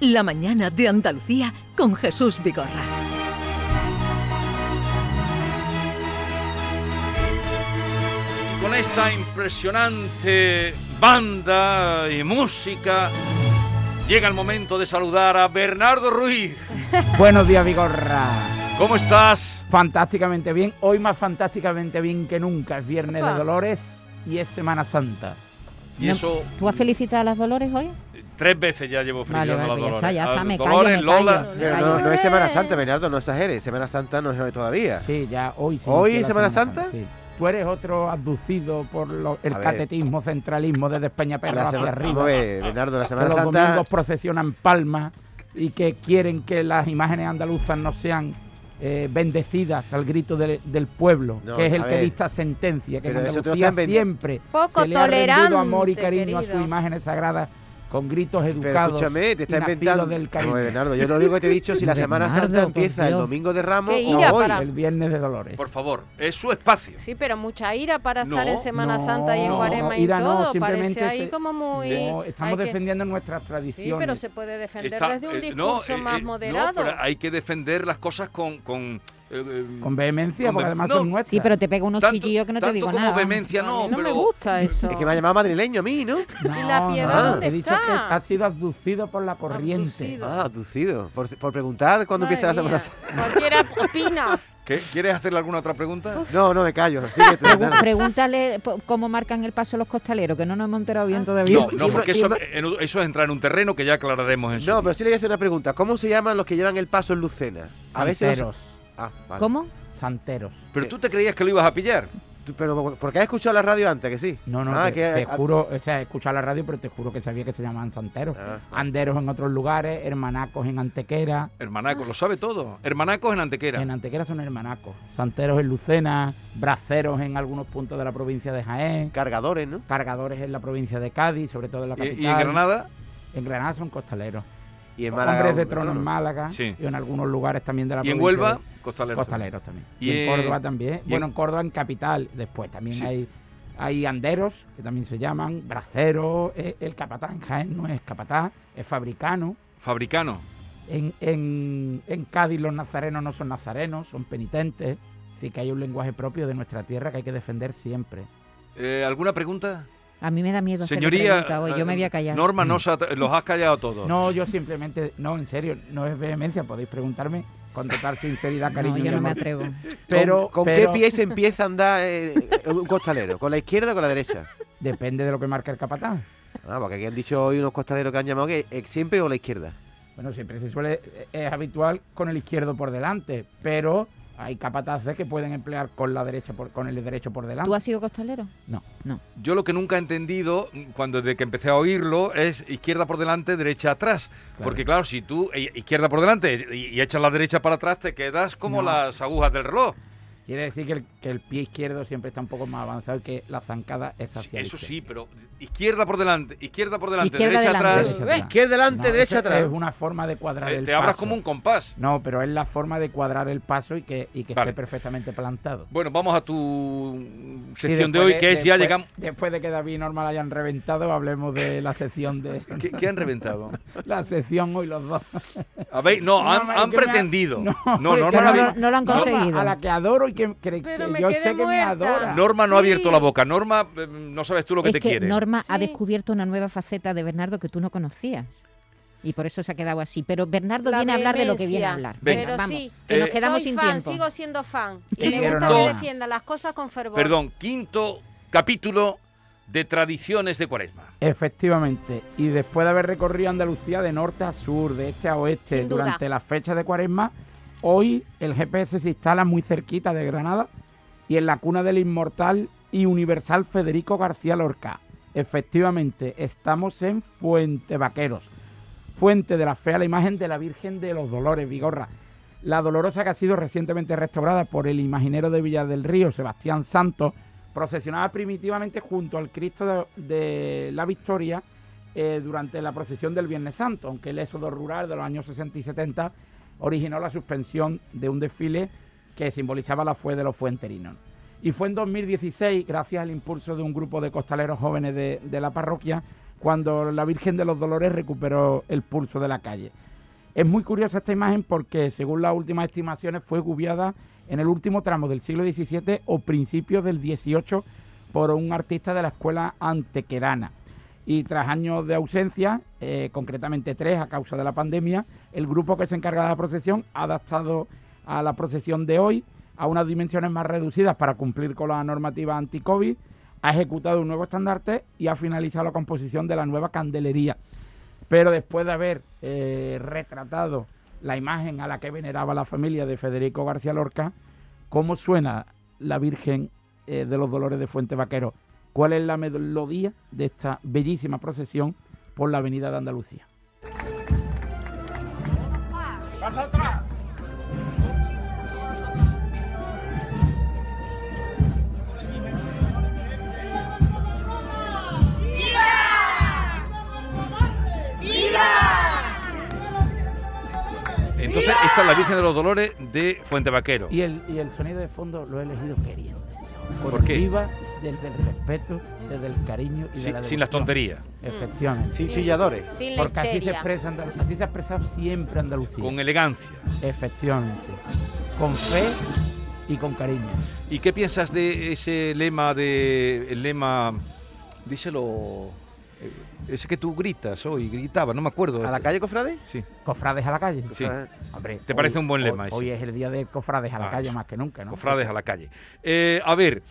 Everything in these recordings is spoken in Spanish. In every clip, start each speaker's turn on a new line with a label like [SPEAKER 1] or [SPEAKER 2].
[SPEAKER 1] La mañana de Andalucía con Jesús Vigorra.
[SPEAKER 2] Con esta impresionante banda y música llega el momento de saludar a Bernardo Ruiz.
[SPEAKER 3] Buenos días, Vigorra.
[SPEAKER 2] ¿Cómo estás?
[SPEAKER 3] Fantásticamente bien, hoy más fantásticamente bien que nunca. Es Viernes de Dolores y es Semana Santa.
[SPEAKER 2] Y eso
[SPEAKER 4] ¿Tú has felicitado a las Dolores hoy?
[SPEAKER 2] tres veces ya llevo
[SPEAKER 4] Vale,
[SPEAKER 2] felicitando
[SPEAKER 4] vale,
[SPEAKER 2] a
[SPEAKER 4] pues
[SPEAKER 2] Dolores.
[SPEAKER 4] ya está, ya está,
[SPEAKER 2] A
[SPEAKER 4] me
[SPEAKER 2] Dolores,
[SPEAKER 4] callo, me
[SPEAKER 2] Lola.
[SPEAKER 4] callo.
[SPEAKER 5] Pero no, no es Semana Santa, Bernardo, no exageres. Semana Santa no es hoy todavía.
[SPEAKER 3] Sí, ya hoy. se
[SPEAKER 5] ¿Hoy
[SPEAKER 3] inicia la
[SPEAKER 5] Semana Santa?
[SPEAKER 3] sí. Tú eres otro abducido por lo- el
[SPEAKER 5] A ver.
[SPEAKER 3] catetismo centralismo desde Peñaperro
[SPEAKER 5] La
[SPEAKER 3] hacia
[SPEAKER 5] sema-
[SPEAKER 3] arriba.
[SPEAKER 5] Vamos a ver, Bernardo, la
[SPEAKER 3] que
[SPEAKER 5] Semana
[SPEAKER 3] los
[SPEAKER 5] Santa.
[SPEAKER 3] domingos procesionan palmas y que quieren que las imágenes andaluzas no sean eh, bendecidas al grito de- del pueblo,
[SPEAKER 5] No,
[SPEAKER 3] que es
[SPEAKER 5] a
[SPEAKER 3] el que
[SPEAKER 5] ver.
[SPEAKER 3] dicta sentencia, que en
[SPEAKER 5] Pero eso te lo
[SPEAKER 3] Andalucía
[SPEAKER 5] están vendi-
[SPEAKER 3] siempre
[SPEAKER 6] Poco
[SPEAKER 3] se le ha rendido amor y
[SPEAKER 6] tolerante,
[SPEAKER 3] cariño a sus
[SPEAKER 6] querido.
[SPEAKER 3] imágenes sagradas con gritos
[SPEAKER 5] Pero
[SPEAKER 3] educados.
[SPEAKER 5] escúchame, te está
[SPEAKER 3] y nacidos
[SPEAKER 5] inventando.
[SPEAKER 3] del
[SPEAKER 5] No,
[SPEAKER 3] cariño.
[SPEAKER 5] Bernardo, yo lo único que te he dicho es si la Semana
[SPEAKER 4] Bernardo,
[SPEAKER 5] Santa
[SPEAKER 4] por
[SPEAKER 5] empieza el
[SPEAKER 4] Dios.
[SPEAKER 5] domingo de Ramos
[SPEAKER 6] Qué
[SPEAKER 5] o
[SPEAKER 6] ira
[SPEAKER 5] hoy.
[SPEAKER 6] para-
[SPEAKER 3] el viernes de Dolores.
[SPEAKER 2] Por favor, es su espacio.
[SPEAKER 6] Sí, pero mucha ira para
[SPEAKER 2] No,
[SPEAKER 6] estar en Semana
[SPEAKER 3] no,
[SPEAKER 6] Santa y en
[SPEAKER 2] no,
[SPEAKER 6] Guarema y
[SPEAKER 3] ira no,
[SPEAKER 6] todo.
[SPEAKER 3] simplemente
[SPEAKER 6] Parece ahí
[SPEAKER 3] se-
[SPEAKER 6] como muy.
[SPEAKER 3] No, estamos
[SPEAKER 6] hay que-
[SPEAKER 3] defendiendo nuestras
[SPEAKER 6] Sí, pero
[SPEAKER 3] tradiciones.
[SPEAKER 6] se puede defender
[SPEAKER 2] Está-
[SPEAKER 6] desde un
[SPEAKER 2] eh, no,
[SPEAKER 6] discurso
[SPEAKER 2] eh, eh,
[SPEAKER 6] más
[SPEAKER 2] no,
[SPEAKER 6] moderado.
[SPEAKER 2] pero hay que defender las cosas con... con, eh, eh,
[SPEAKER 3] con vehemencia,
[SPEAKER 2] con
[SPEAKER 3] porque
[SPEAKER 2] ve-
[SPEAKER 3] además
[SPEAKER 2] no,
[SPEAKER 3] son nuestras.
[SPEAKER 4] Sí, pero te pego unos
[SPEAKER 2] tanto-
[SPEAKER 4] chillillos que no te
[SPEAKER 2] tanto
[SPEAKER 4] digo
[SPEAKER 2] como
[SPEAKER 4] nada. vamos.
[SPEAKER 2] vehemencia,
[SPEAKER 6] A
[SPEAKER 2] no,
[SPEAKER 6] mí no
[SPEAKER 2] pero...
[SPEAKER 6] me gusta eso.
[SPEAKER 5] Es que me ha llamado madrileño a mí, ¿no?
[SPEAKER 3] No,
[SPEAKER 6] ¿Y la piedra
[SPEAKER 3] no,
[SPEAKER 5] dónde
[SPEAKER 3] he dicho
[SPEAKER 6] está?
[SPEAKER 3] que ha sido abducido por la corriente.
[SPEAKER 6] Abducido.
[SPEAKER 5] Ah, abducido. Por, por preguntar cuándo
[SPEAKER 6] Madre
[SPEAKER 5] empieza la Semana
[SPEAKER 6] mía,
[SPEAKER 5] Santa.
[SPEAKER 6] Cualquiera opina.
[SPEAKER 2] ¿Qué? ¿Quieres hacerle alguna otra pregunta?
[SPEAKER 5] No, no, me callo. Sigue tú,
[SPEAKER 4] Pregu-
[SPEAKER 5] Bernardo.
[SPEAKER 4] pregúntale po- cómo marcan el paso los costaleros, que no nos hemos enterado bien todavía.
[SPEAKER 2] Ah, No,
[SPEAKER 5] Y-
[SPEAKER 2] no,
[SPEAKER 5] y-
[SPEAKER 2] porque
[SPEAKER 5] y-
[SPEAKER 2] eso,
[SPEAKER 5] y-
[SPEAKER 2] eh, no, eso es entrar en un terreno que ya aclararemos en su
[SPEAKER 5] No,
[SPEAKER 2] día.
[SPEAKER 5] pero sí le voy a hacer una pregunta. ¿Cómo se llaman los que llevan el paso en Lucena? A veces. los-
[SPEAKER 3] santeros.
[SPEAKER 5] Ah, vale.
[SPEAKER 4] ¿Cómo?
[SPEAKER 3] Santeros.
[SPEAKER 2] Pero tú te creías que lo ibas a pillar.
[SPEAKER 5] Tú- Pero porque has escuchado la radio antes, que sí.
[SPEAKER 3] No, no,
[SPEAKER 5] Ah,
[SPEAKER 3] te,
[SPEAKER 5] que-
[SPEAKER 3] te
[SPEAKER 5] ah,
[SPEAKER 3] juro, o sea, he escuchado la radio, pero te juro que sabía que se llamaban santeros.
[SPEAKER 5] ah.
[SPEAKER 3] Anderos en otros lugares, hermanacos en Antequera.
[SPEAKER 2] Hermanaco, lo sabe todo. Hermanacos en Antequera.
[SPEAKER 3] En Antequera son hermanacos. Santeros en Lucena, braceros en algunos puntos de la provincia de Jaén,
[SPEAKER 5] Cargadores, ¿no?
[SPEAKER 3] cargadores en la provincia de Cádiz, sobre todo en la
[SPEAKER 2] Y-
[SPEAKER 3] capital.
[SPEAKER 2] y en Granada...
[SPEAKER 3] En Granada son costaleros.
[SPEAKER 5] Y en Málaga.
[SPEAKER 3] Hombres de
[SPEAKER 5] otro,
[SPEAKER 3] trono en
[SPEAKER 5] ¿no?
[SPEAKER 3] Málaga
[SPEAKER 2] Sí.
[SPEAKER 3] y en algunos lugares también de la
[SPEAKER 2] Y en
[SPEAKER 3] provincia
[SPEAKER 2] Huelva,
[SPEAKER 3] de-
[SPEAKER 2] costalero.
[SPEAKER 3] Costaleros también.
[SPEAKER 2] Y
[SPEAKER 3] Y,
[SPEAKER 2] en-
[SPEAKER 3] en Córdoba también.
[SPEAKER 2] y
[SPEAKER 3] bueno,
[SPEAKER 2] en-
[SPEAKER 3] en Córdoba en capital. Después también
[SPEAKER 2] Sí.
[SPEAKER 3] hay hay anderos, que también se llaman, braceros, eh, el capataz en Jaén no es capataz, es fabricano.
[SPEAKER 2] Fabricano.
[SPEAKER 3] En, en, en Cádiz los nazarenos no son nazarenos, son penitentes. Así que hay un lenguaje propio de nuestra tierra que hay que defender siempre.
[SPEAKER 2] Eh, ¿Alguna pregunta?
[SPEAKER 4] A mí me da miedo hacer
[SPEAKER 2] Señoría. eh,
[SPEAKER 4] hoy. Yo me voy a callar.
[SPEAKER 2] Norma, no se at- los has callado todos.
[SPEAKER 3] Mm. No, yo simplemente, no, en serio, no es vehemencia, podéis preguntarme con total sinceridad,
[SPEAKER 4] No,
[SPEAKER 3] cariño. y
[SPEAKER 4] yo no me
[SPEAKER 3] amor.
[SPEAKER 4] atrevo.
[SPEAKER 3] Pero,
[SPEAKER 5] ¿Con, con
[SPEAKER 3] pero-
[SPEAKER 5] qué pie se empieza a andar eh, un costalero? ¿Con la izquierda o con la derecha?
[SPEAKER 3] Depende de lo que marca el capataz.
[SPEAKER 5] Ah, porque aquí han dicho hoy unos costaleros que han llamado que eh, siempre con la izquierda.
[SPEAKER 3] Bueno, siempre se suele, es habitual con el izquierdo por delante, pero hay capataces que pueden emplear con la derecha por- con el derecho por delante.
[SPEAKER 4] ¿Tú has sido costalero?
[SPEAKER 3] No.
[SPEAKER 4] No.
[SPEAKER 2] Yo lo que nunca he entendido, mm, cuando desde que empecé a oírlo, es izquierda por delante, derecha atrás.
[SPEAKER 3] Claro.
[SPEAKER 2] Porque claro, si tú eh, izquierda por delante y, y echas la derecha para atrás, te quedas como
[SPEAKER 3] No.
[SPEAKER 2] las agujas del reloj.
[SPEAKER 3] Quiere decir que el, que el pie izquierdo siempre está un poco más avanzado y que la zancada es
[SPEAKER 2] Sí,
[SPEAKER 3] hacia el
[SPEAKER 2] eso
[SPEAKER 3] izquierdo.
[SPEAKER 2] sí, pero izquierda por delante, izquierda por delante,
[SPEAKER 4] Izquierda
[SPEAKER 2] derecha
[SPEAKER 4] delante.
[SPEAKER 2] atrás.
[SPEAKER 3] Derecha atrás.
[SPEAKER 5] Izquierda delante,
[SPEAKER 3] No,
[SPEAKER 5] derecha
[SPEAKER 3] eso
[SPEAKER 5] atrás.
[SPEAKER 3] Es una forma de cuadrar
[SPEAKER 2] eh,
[SPEAKER 3] el
[SPEAKER 2] te abras
[SPEAKER 3] paso.
[SPEAKER 2] como un compás.
[SPEAKER 3] No, pero es la forma de cuadrar el paso y que, y que
[SPEAKER 2] Vale.
[SPEAKER 3] esté perfectamente plantado.
[SPEAKER 2] Bueno, vamos a tu mm,
[SPEAKER 3] Y
[SPEAKER 2] sección de
[SPEAKER 3] después
[SPEAKER 2] hoy, que es ya
[SPEAKER 3] después-
[SPEAKER 2] llegamos.
[SPEAKER 3] Después de que David y Norma la hayan reventado, hablemos de la sección de
[SPEAKER 2] ¿Qué, qué han reventado?
[SPEAKER 3] la sección hoy los dos.
[SPEAKER 2] Habéis- no,
[SPEAKER 3] No,
[SPEAKER 2] han,
[SPEAKER 3] me-
[SPEAKER 2] han
[SPEAKER 3] que me ha-
[SPEAKER 2] pretendido.
[SPEAKER 3] No,
[SPEAKER 2] No,
[SPEAKER 3] que
[SPEAKER 2] Norma no
[SPEAKER 4] Pero no,
[SPEAKER 3] vi-
[SPEAKER 4] lo-
[SPEAKER 2] había-
[SPEAKER 4] no lo han
[SPEAKER 3] Norma,
[SPEAKER 4] conseguido.
[SPEAKER 3] a la que adoro y que, que-
[SPEAKER 6] Pero
[SPEAKER 3] que
[SPEAKER 6] me
[SPEAKER 3] yo
[SPEAKER 6] quedé
[SPEAKER 3] sé que me
[SPEAKER 6] muerta.
[SPEAKER 3] adora.
[SPEAKER 2] Norma no ha
[SPEAKER 6] Sí.
[SPEAKER 2] abierto la boca. Norma, eh, no sabes tú lo que
[SPEAKER 4] es
[SPEAKER 2] te
[SPEAKER 4] que
[SPEAKER 2] quiere.
[SPEAKER 4] Norma ha
[SPEAKER 6] Sí.
[SPEAKER 4] descubierto una nueva faceta de Bernardo que tú no conocías. Y por eso se ha quedado así. Pero Bernardo
[SPEAKER 6] La
[SPEAKER 4] viene a hablar de lo que
[SPEAKER 6] vehemencia.
[SPEAKER 4] viene a hablar.
[SPEAKER 2] Venga.
[SPEAKER 6] Pero
[SPEAKER 4] vamos.
[SPEAKER 6] sí,
[SPEAKER 4] Que nos
[SPEAKER 2] eh,
[SPEAKER 4] quedamos
[SPEAKER 6] Soy
[SPEAKER 4] sin
[SPEAKER 6] fan,
[SPEAKER 4] tiempo.
[SPEAKER 6] sigo siendo fan.
[SPEAKER 3] Te
[SPEAKER 6] Y me
[SPEAKER 3] quiero,
[SPEAKER 6] gusta
[SPEAKER 2] Norma.
[SPEAKER 6] que defienda las cosas con fervor.
[SPEAKER 2] Perdón, quinto capítulo de tradiciones de cuaresma.
[SPEAKER 3] Efectivamente, y después de haber recorrido Andalucía de norte a sur, de este a oeste,
[SPEAKER 6] Sin duda.
[SPEAKER 3] durante las fechas de cuaresma, hoy el GPS se instala muy cerquita de Granada y en la cuna del inmortal y universal Federico García Lorca. Efectivamente, estamos en Fuente Vaqueros, fuente de la fe a la imagen de la Virgen de los Dolores, Vigorra. La dolorosa que ha sido recientemente restaurada por el imaginero de Villa del Río, Sebastián Santos, procesionaba primitivamente junto al Cristo de, de la Victoria eh, durante la procesión del Viernes Santo, aunque el éxodo rural de los años 60 y 70 originó la suspensión de un desfile que simbolizaba la fe de los fuenterinos. Y fue en 2016, gracias al impulso de un grupo de costaleros jóvenes de, de la parroquia, cuando la Virgen de los Dolores recuperó el pulso de la calle. Es muy curiosa esta imagen porque, según las últimas estimaciones, fue gubiada en el último tramo del siglo XVII o principios del XVIII por un artista de la escuela antequerana. Y tras años de ausencia, eh, concretamente tres a causa de la pandemia, el grupo que se encarga de la procesión ha adaptado a la procesión de hoy a unas dimensiones más reducidas para cumplir con la normativa anti-COVID, ha ejecutado un nuevo estandarte y ha finalizado la composición de la nueva candelería. Pero después de haber eh, retratado la imagen a la que veneraba la familia de Federico García Lorca, ¿cómo suena la Virgen eh, de los Dolores de Fuente Vaquero? ¿Cuál es la melodía de esta bellísima procesión por la avenida de Andalucía?
[SPEAKER 2] Entonces, esta es la Virgen de los Dolores de Fuente Vaquero.
[SPEAKER 3] Y el, y el sonido de fondo lo he elegido queriendo.
[SPEAKER 2] ¿Por
[SPEAKER 3] Porque
[SPEAKER 2] qué?
[SPEAKER 3] Viva desde el respeto, desde el cariño y de
[SPEAKER 2] Sin-
[SPEAKER 3] la
[SPEAKER 2] sin las
[SPEAKER 3] devoción.
[SPEAKER 2] tonterías.
[SPEAKER 3] Efectivamente.
[SPEAKER 5] Sin chilladores.
[SPEAKER 6] Sin la
[SPEAKER 3] Porque así se,
[SPEAKER 6] histeria.
[SPEAKER 3] expresa Andalu- así se ha expresado siempre Andalucía.
[SPEAKER 2] Con elegancia.
[SPEAKER 3] Efectivamente. Con fe y con cariño.
[SPEAKER 2] ¿Y qué piensas de ese lema de el lema díselo eh, ese que tú gritas hoy, gritaba, no me acuerdo.
[SPEAKER 5] ¿A la calle, cofrade?
[SPEAKER 2] Sí.
[SPEAKER 3] Cofrades a la calle.
[SPEAKER 2] Sí.
[SPEAKER 5] Cofrade.
[SPEAKER 3] Hombre,
[SPEAKER 2] ¿Te parece un buen lema
[SPEAKER 3] hoy,
[SPEAKER 2] ese?
[SPEAKER 3] hoy es el día de cofrades a la
[SPEAKER 2] Ah,
[SPEAKER 3] calle
[SPEAKER 2] eso.
[SPEAKER 3] más que nunca, ¿no?
[SPEAKER 2] Cofrades a la calle. Eh, a ver,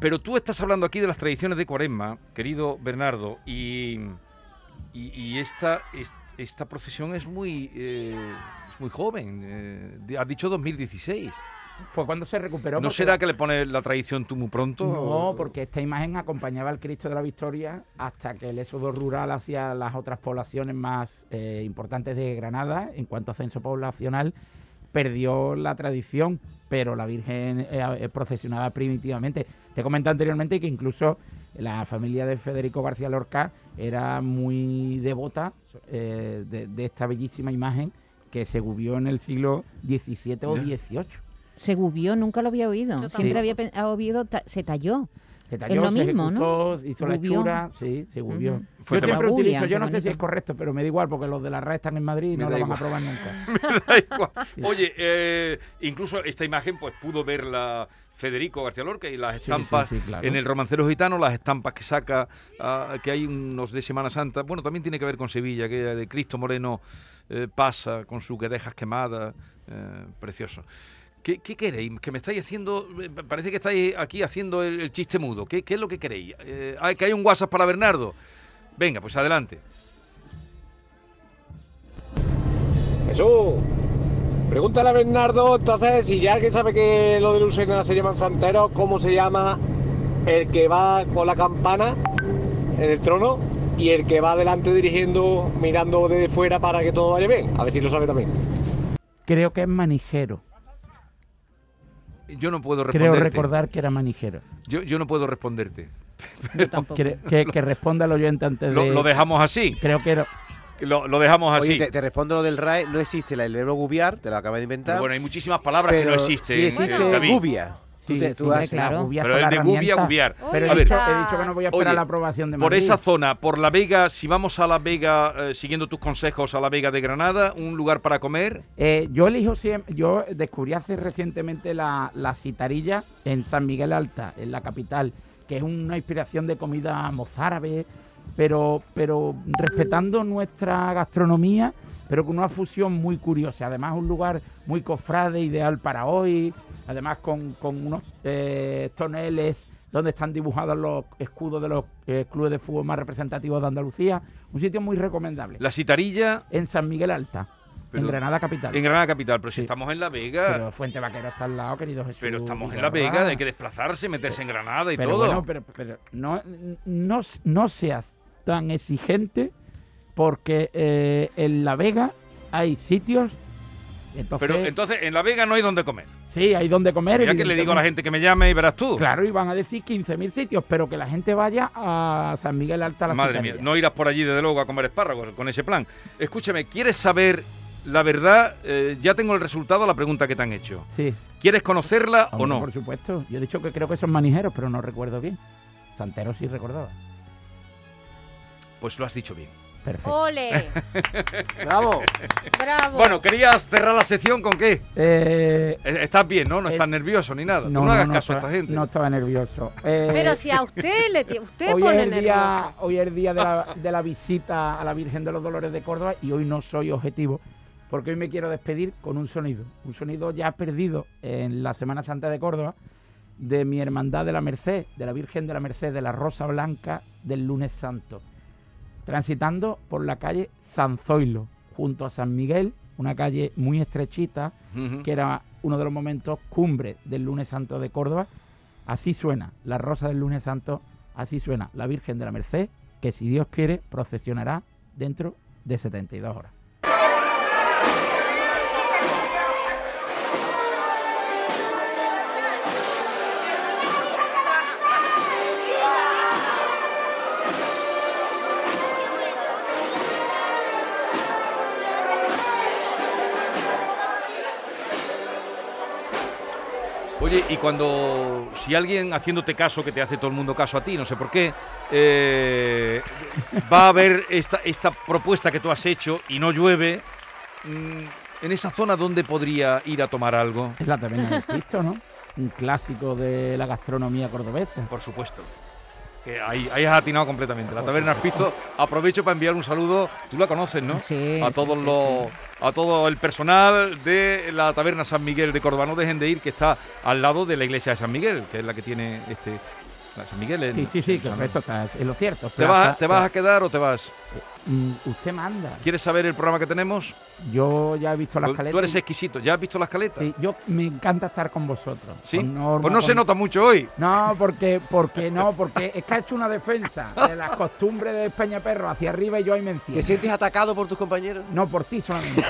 [SPEAKER 2] pero tú estás hablando aquí de las tradiciones de Cuaresma, querido Bernardo, y, y- y esta, es- esta procesión es muy, eh, es muy joven. eh, di- has dicho 2016.
[SPEAKER 3] Fue cuando se recuperó.
[SPEAKER 2] ¿No
[SPEAKER 3] porque-
[SPEAKER 2] será que le pones la tradición tú muy pronto?
[SPEAKER 3] No, porque esta imagen acompañaba al Cristo de la Victoria hasta que el éxodo rural hacia las otras poblaciones más eh, importantes de Granada, en cuanto a censo poblacional, perdió la tradición, pero la Virgen eh, eh, procesionaba primitivamente. Te comenté anteriormente que incluso la familia de Federico García Lorca era muy devota eh, de, de esta bellísima imagen que se gubió en el siglo XVII o
[SPEAKER 2] Ya.
[SPEAKER 3] XVIII.
[SPEAKER 4] Se gubió, nunca lo había oído.
[SPEAKER 6] Yo
[SPEAKER 4] Siempre
[SPEAKER 3] tampoco.
[SPEAKER 4] había pe- ha oído, ta- se talló.
[SPEAKER 3] Se
[SPEAKER 4] Es
[SPEAKER 3] talló,
[SPEAKER 4] lo
[SPEAKER 3] se
[SPEAKER 4] mismo, ¿no?
[SPEAKER 3] ejecutó, hizo la
[SPEAKER 4] Gubió.
[SPEAKER 3] hechura, sí, se gubió.
[SPEAKER 4] Ujú.
[SPEAKER 2] Fue
[SPEAKER 3] Yo siempre
[SPEAKER 4] como-
[SPEAKER 3] utilizo,
[SPEAKER 4] Gubian,
[SPEAKER 3] yo
[SPEAKER 4] qué
[SPEAKER 3] no sé si
[SPEAKER 4] bonito.
[SPEAKER 3] es correcto, pero me da igual porque los de la RAE están en Madrid y
[SPEAKER 2] Me
[SPEAKER 3] no
[SPEAKER 2] da
[SPEAKER 3] lo
[SPEAKER 2] igual.
[SPEAKER 3] van a probar nunca.
[SPEAKER 2] Da igual.
[SPEAKER 3] Sí.
[SPEAKER 2] Oye, eh, incluso esta imagen pues pudo verla Federico García Lorca y las
[SPEAKER 3] sí,
[SPEAKER 2] estampas
[SPEAKER 3] sí, claro.
[SPEAKER 2] en el romancero gitano, las estampas que saca, ah, que hay unos de Semana Santa. Bueno, también tiene que ver con Sevilla, que de Cristo Moreno eh, pasa con su que dejas quemada, eh, precioso. ¿Qué, qué queréis? Que me estáis haciendo, eh, pa- parece que estáis aquí haciendo el, el chiste mudo. ¿Qué, qué es lo que queréis? Eh, ah, que hay un WhatsApp para Bernardo. Venga, pues adelante.
[SPEAKER 7] Jesús, pregúntale a Bernardo entonces si ya alguien sabe que lo de Lucena se llaman santeros, ¿cómo se llama el que va con la campana en el trono y el que va adelante dirigiendo, mirando desde fuera para que todo vaya bien? A ver si lo sabe también.
[SPEAKER 3] Creo que es manijero.
[SPEAKER 2] Yo no puedo
[SPEAKER 3] Creo
[SPEAKER 2] responderte.
[SPEAKER 3] recordar que era manijero.
[SPEAKER 2] Yo, yo no puedo responderte.
[SPEAKER 4] Yo tampoco.
[SPEAKER 3] Cre- que, que responda el oyente antes
[SPEAKER 2] Lo,
[SPEAKER 3] de...
[SPEAKER 2] lo dejamos así.
[SPEAKER 3] Creo que era...
[SPEAKER 2] Lo, lo dejamos así.
[SPEAKER 5] Oye, te, te respondo lo del RAE. No existe la- el verbo gubiar, te lo acabas de
[SPEAKER 2] Pero
[SPEAKER 5] inventar.
[SPEAKER 2] bueno, hay muchísimas palabras
[SPEAKER 5] pero
[SPEAKER 2] que no existen.
[SPEAKER 5] Sí
[SPEAKER 2] eh,
[SPEAKER 5] existe
[SPEAKER 2] David.
[SPEAKER 5] gubia. Tú
[SPEAKER 3] sí,
[SPEAKER 5] te- tú
[SPEAKER 3] sí,
[SPEAKER 5] has-
[SPEAKER 4] claro.
[SPEAKER 3] gubia
[SPEAKER 2] Pero
[SPEAKER 3] fue
[SPEAKER 2] el
[SPEAKER 3] la
[SPEAKER 2] de gubia,
[SPEAKER 3] herramienta.
[SPEAKER 2] gubiar.
[SPEAKER 6] Uy,
[SPEAKER 3] Pero
[SPEAKER 2] A
[SPEAKER 3] he
[SPEAKER 2] ver.
[SPEAKER 3] dicho, he dicho que no voy a esperar
[SPEAKER 2] Oye,
[SPEAKER 3] la aprobación de
[SPEAKER 2] Por
[SPEAKER 3] Madrid.
[SPEAKER 2] esa zona, por La Vega, si vamos a La Vega, eh, siguiendo tus consejos, a La Vega de Granada, un lugar para comer.
[SPEAKER 3] Eh, yo elijo siempre, yo descubrí hace recientemente la, la citarilla en San Miguel Alta, en la capital, que es una inspiración de comida mozárabe, pero, pero respetando nuestra gastronomía, pero con una fusión muy curiosa. Además, un lugar muy cofrade, ideal para hoy, además con, con unos eh, toneles donde están dibujados los escudos de los eh, clubes de fútbol más representativos de Andalucía. Un sitio muy recomendable.
[SPEAKER 2] La Citarilla,
[SPEAKER 3] En San Miguel Alta,
[SPEAKER 2] Pero-
[SPEAKER 3] en Granada Capital.
[SPEAKER 2] en Granada Capital. Pero si
[SPEAKER 3] Sí.
[SPEAKER 2] estamos en La Vega,
[SPEAKER 3] Pero
[SPEAKER 2] pero,
[SPEAKER 3] Fuente Vaquero está al lado, querido Jesús.
[SPEAKER 2] estamos en
[SPEAKER 3] Vigorra.
[SPEAKER 2] La Vega, hay que desplazarse, meterse en Granada y
[SPEAKER 3] Pero
[SPEAKER 2] todo.
[SPEAKER 3] bueno, pero, pero no, no, no seas tan exigente porque eh, en La Vega hay sitios. Entonces,
[SPEAKER 2] pero entonces, en La Vega no hay donde comer.
[SPEAKER 3] sí, hay donde comer.
[SPEAKER 2] Mira que le digo a la gente
[SPEAKER 3] evidentemente.
[SPEAKER 2] que me llame y verás tú.
[SPEAKER 3] Claro, y van a decir 15.000 sitios, pero que la gente vaya a San Miguel Alta a la
[SPEAKER 2] Madre mía,
[SPEAKER 3] Citarella.
[SPEAKER 2] no irás por allí desde luego a comer espárragos con ese plan. Escúchame, ¿quieres saber la verdad? Eh, ya tengo el resultado a la pregunta que te han hecho.
[SPEAKER 3] Sí,
[SPEAKER 2] ¿Quieres conocerla o
[SPEAKER 3] hombre,
[SPEAKER 2] no?
[SPEAKER 3] Por supuesto. Yo he dicho que creo que son manijeros, pero no recuerdo bien. Santero sí recordaba.
[SPEAKER 2] Pues lo has dicho bien.
[SPEAKER 3] Perfecto.
[SPEAKER 6] Ole,
[SPEAKER 5] Bravo.
[SPEAKER 6] bravo.
[SPEAKER 2] Bueno, ¿querías cerrar la sección con qué?
[SPEAKER 3] Eh,
[SPEAKER 2] Eh, Estás bien, ¿no? No
[SPEAKER 3] Eh,
[SPEAKER 2] estás nervioso ni nada. Tú No,
[SPEAKER 3] no,
[SPEAKER 2] hagas
[SPEAKER 3] no,
[SPEAKER 2] caso a
[SPEAKER 3] estaba-
[SPEAKER 2] esta gente.
[SPEAKER 3] no estaba nervioso. Eh,
[SPEAKER 6] Pero si a usted le tie- usted
[SPEAKER 3] hoy,
[SPEAKER 6] pone
[SPEAKER 3] es el día,
[SPEAKER 6] nervioso.
[SPEAKER 3] hoy es el día de la, de la visita a la Virgen de los Dolores de Córdoba y hoy no soy objetivo porque hoy me quiero despedir con un sonido. Un sonido ya perdido en la Semana Santa de Córdoba de mi hermandad de la Merced, de la Virgen de la Merced, de la Rosa Blanca del lunes santo. Transitando por la calle San Zoilo, junto a San Miguel, una calle muy estrechita,
[SPEAKER 2] Ujú.
[SPEAKER 3] que era uno de los momentos cumbre del lunes santo de Córdoba. Así suena, la rosa del lunes santo, así suena la Virgen de la Merced, que si Dios quiere procesionará dentro de 72 horas.
[SPEAKER 2] Oye, y cuando. Si alguien haciéndote caso, que te hace todo el mundo caso a ti, no sé por qué, eh, va a ver esta, esta propuesta que tú has hecho y no llueve, mm, en esa zona, ¿dónde podría ir a tomar algo?
[SPEAKER 3] Es la taberna del Cristo, ¿no? Un clásico de la gastronomía cordobesa.
[SPEAKER 2] Por supuesto. Que ahí, ahí has atinado completamente. La taberna Arpisto. Aprovecho para enviar un saludo. Tú la conoces, ¿no?
[SPEAKER 4] Sí,
[SPEAKER 2] A
[SPEAKER 4] sí,
[SPEAKER 2] todos
[SPEAKER 4] sí,
[SPEAKER 2] los, a todo el personal de la taberna San Miguel de Córdoba. No dejen de ir, que está al lado de la iglesia de San Miguel, que es la que tiene este. La San Miguel. es-
[SPEAKER 3] Sí, sí, sí, que
[SPEAKER 2] San-
[SPEAKER 3] esto está, es lo cierto.
[SPEAKER 2] ¿Te
[SPEAKER 3] Plaza-
[SPEAKER 2] vas, ¿Te vas a quedar o te vas?
[SPEAKER 3] Mm, Usted manda.
[SPEAKER 2] ¿Quieres saber el programa que tenemos?
[SPEAKER 3] Yo ya he visto las
[SPEAKER 2] Pues
[SPEAKER 3] caletas.
[SPEAKER 2] Tú eres exquisito. ¿Ya has visto las caletas?
[SPEAKER 3] Sí, yo me encanta estar con vosotros.
[SPEAKER 2] ¿Sí?
[SPEAKER 3] con Norma,
[SPEAKER 2] pues no se
[SPEAKER 3] con-
[SPEAKER 2] nota mucho hoy.
[SPEAKER 3] No, porque, porque no, porque es que ha hecho una defensa de las costumbres de Peña Perro hacia arriba y yo ahí me
[SPEAKER 5] ¿Te
[SPEAKER 3] enciendo.
[SPEAKER 5] sientes atacado por tus compañeros?
[SPEAKER 3] No, por ti solamente.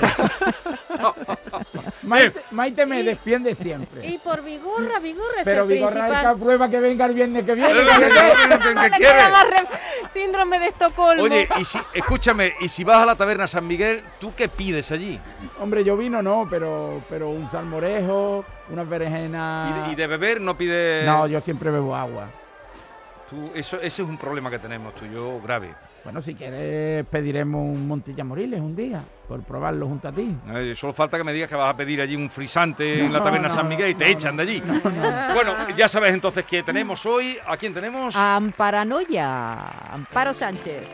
[SPEAKER 3] Maite, Maite me defiende siempre.
[SPEAKER 6] Y por Vigorra, Vigorra es
[SPEAKER 3] Pero
[SPEAKER 6] el
[SPEAKER 3] Vigorra es la
[SPEAKER 6] principal.
[SPEAKER 3] prueba que venga el viernes que viene.
[SPEAKER 2] Es lo que- es lo que
[SPEAKER 6] Le
[SPEAKER 2] quiere.
[SPEAKER 6] queda la re- síndrome de Estocolmo.
[SPEAKER 2] Oye, y si, escúchame, y si vas a la taberna San Miguel, ¿tú qué pides allí?
[SPEAKER 3] Hombre, yo vino no, pero, pero un salmorejo, unas
[SPEAKER 2] ¿Y de,
[SPEAKER 3] berenjenas.
[SPEAKER 2] y de beber no pides...?
[SPEAKER 3] Ah. No, yo siempre bebo agua.
[SPEAKER 2] Tú- eso, ese es un problema que tenemos tú y yo grave.
[SPEAKER 3] Bueno, si quieres pediremos un Montilla Moriles un día, por probarlo junto a ti.
[SPEAKER 2] Eh, solo falta que me digas que vas a pedir allí un frisante en la
[SPEAKER 3] No,
[SPEAKER 2] taberna
[SPEAKER 3] no,
[SPEAKER 2] San Miguel y te
[SPEAKER 3] no,
[SPEAKER 2] echan de allí. Bueno, ya sabes entonces qué tenemos hoy. ¿A quién tenemos?
[SPEAKER 4] Amparanoia. Amparo Sánchez.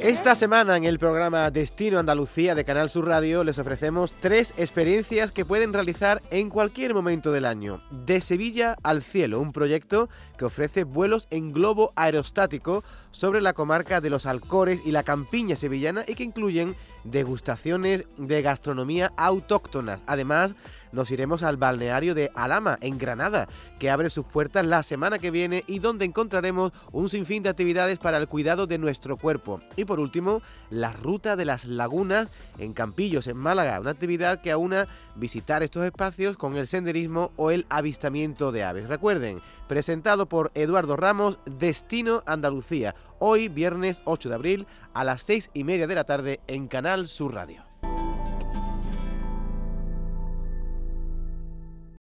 [SPEAKER 5] Esta semana en el programa Destino Andalucía de Canal Sur Radio les ofrecemos tres experiencias que pueden realizar en cualquier momento del año. De Sevilla al Cielo, un proyecto que ofrece vuelos en globo aerostático sobre la comarca de los Alcores y la campiña sevillana y que incluyen degustaciones de gastronomía autóctona. Además, nos iremos al balneario de Alama, en Granada, que abre sus puertas la semana que viene y donde encontraremos un sinfín de actividades para el cuidado de nuestro cuerpo. Y por último, la ruta de las lagunas en Campillos, en Málaga, una actividad que aúna visitar estos espacios con el senderismo o el avistamiento de aves. Recuerden, presentado por Eduardo Ramos, Destino Andalucía, hoy viernes 8 de abril a las 6 y media de la tarde en Canal Sur Radio.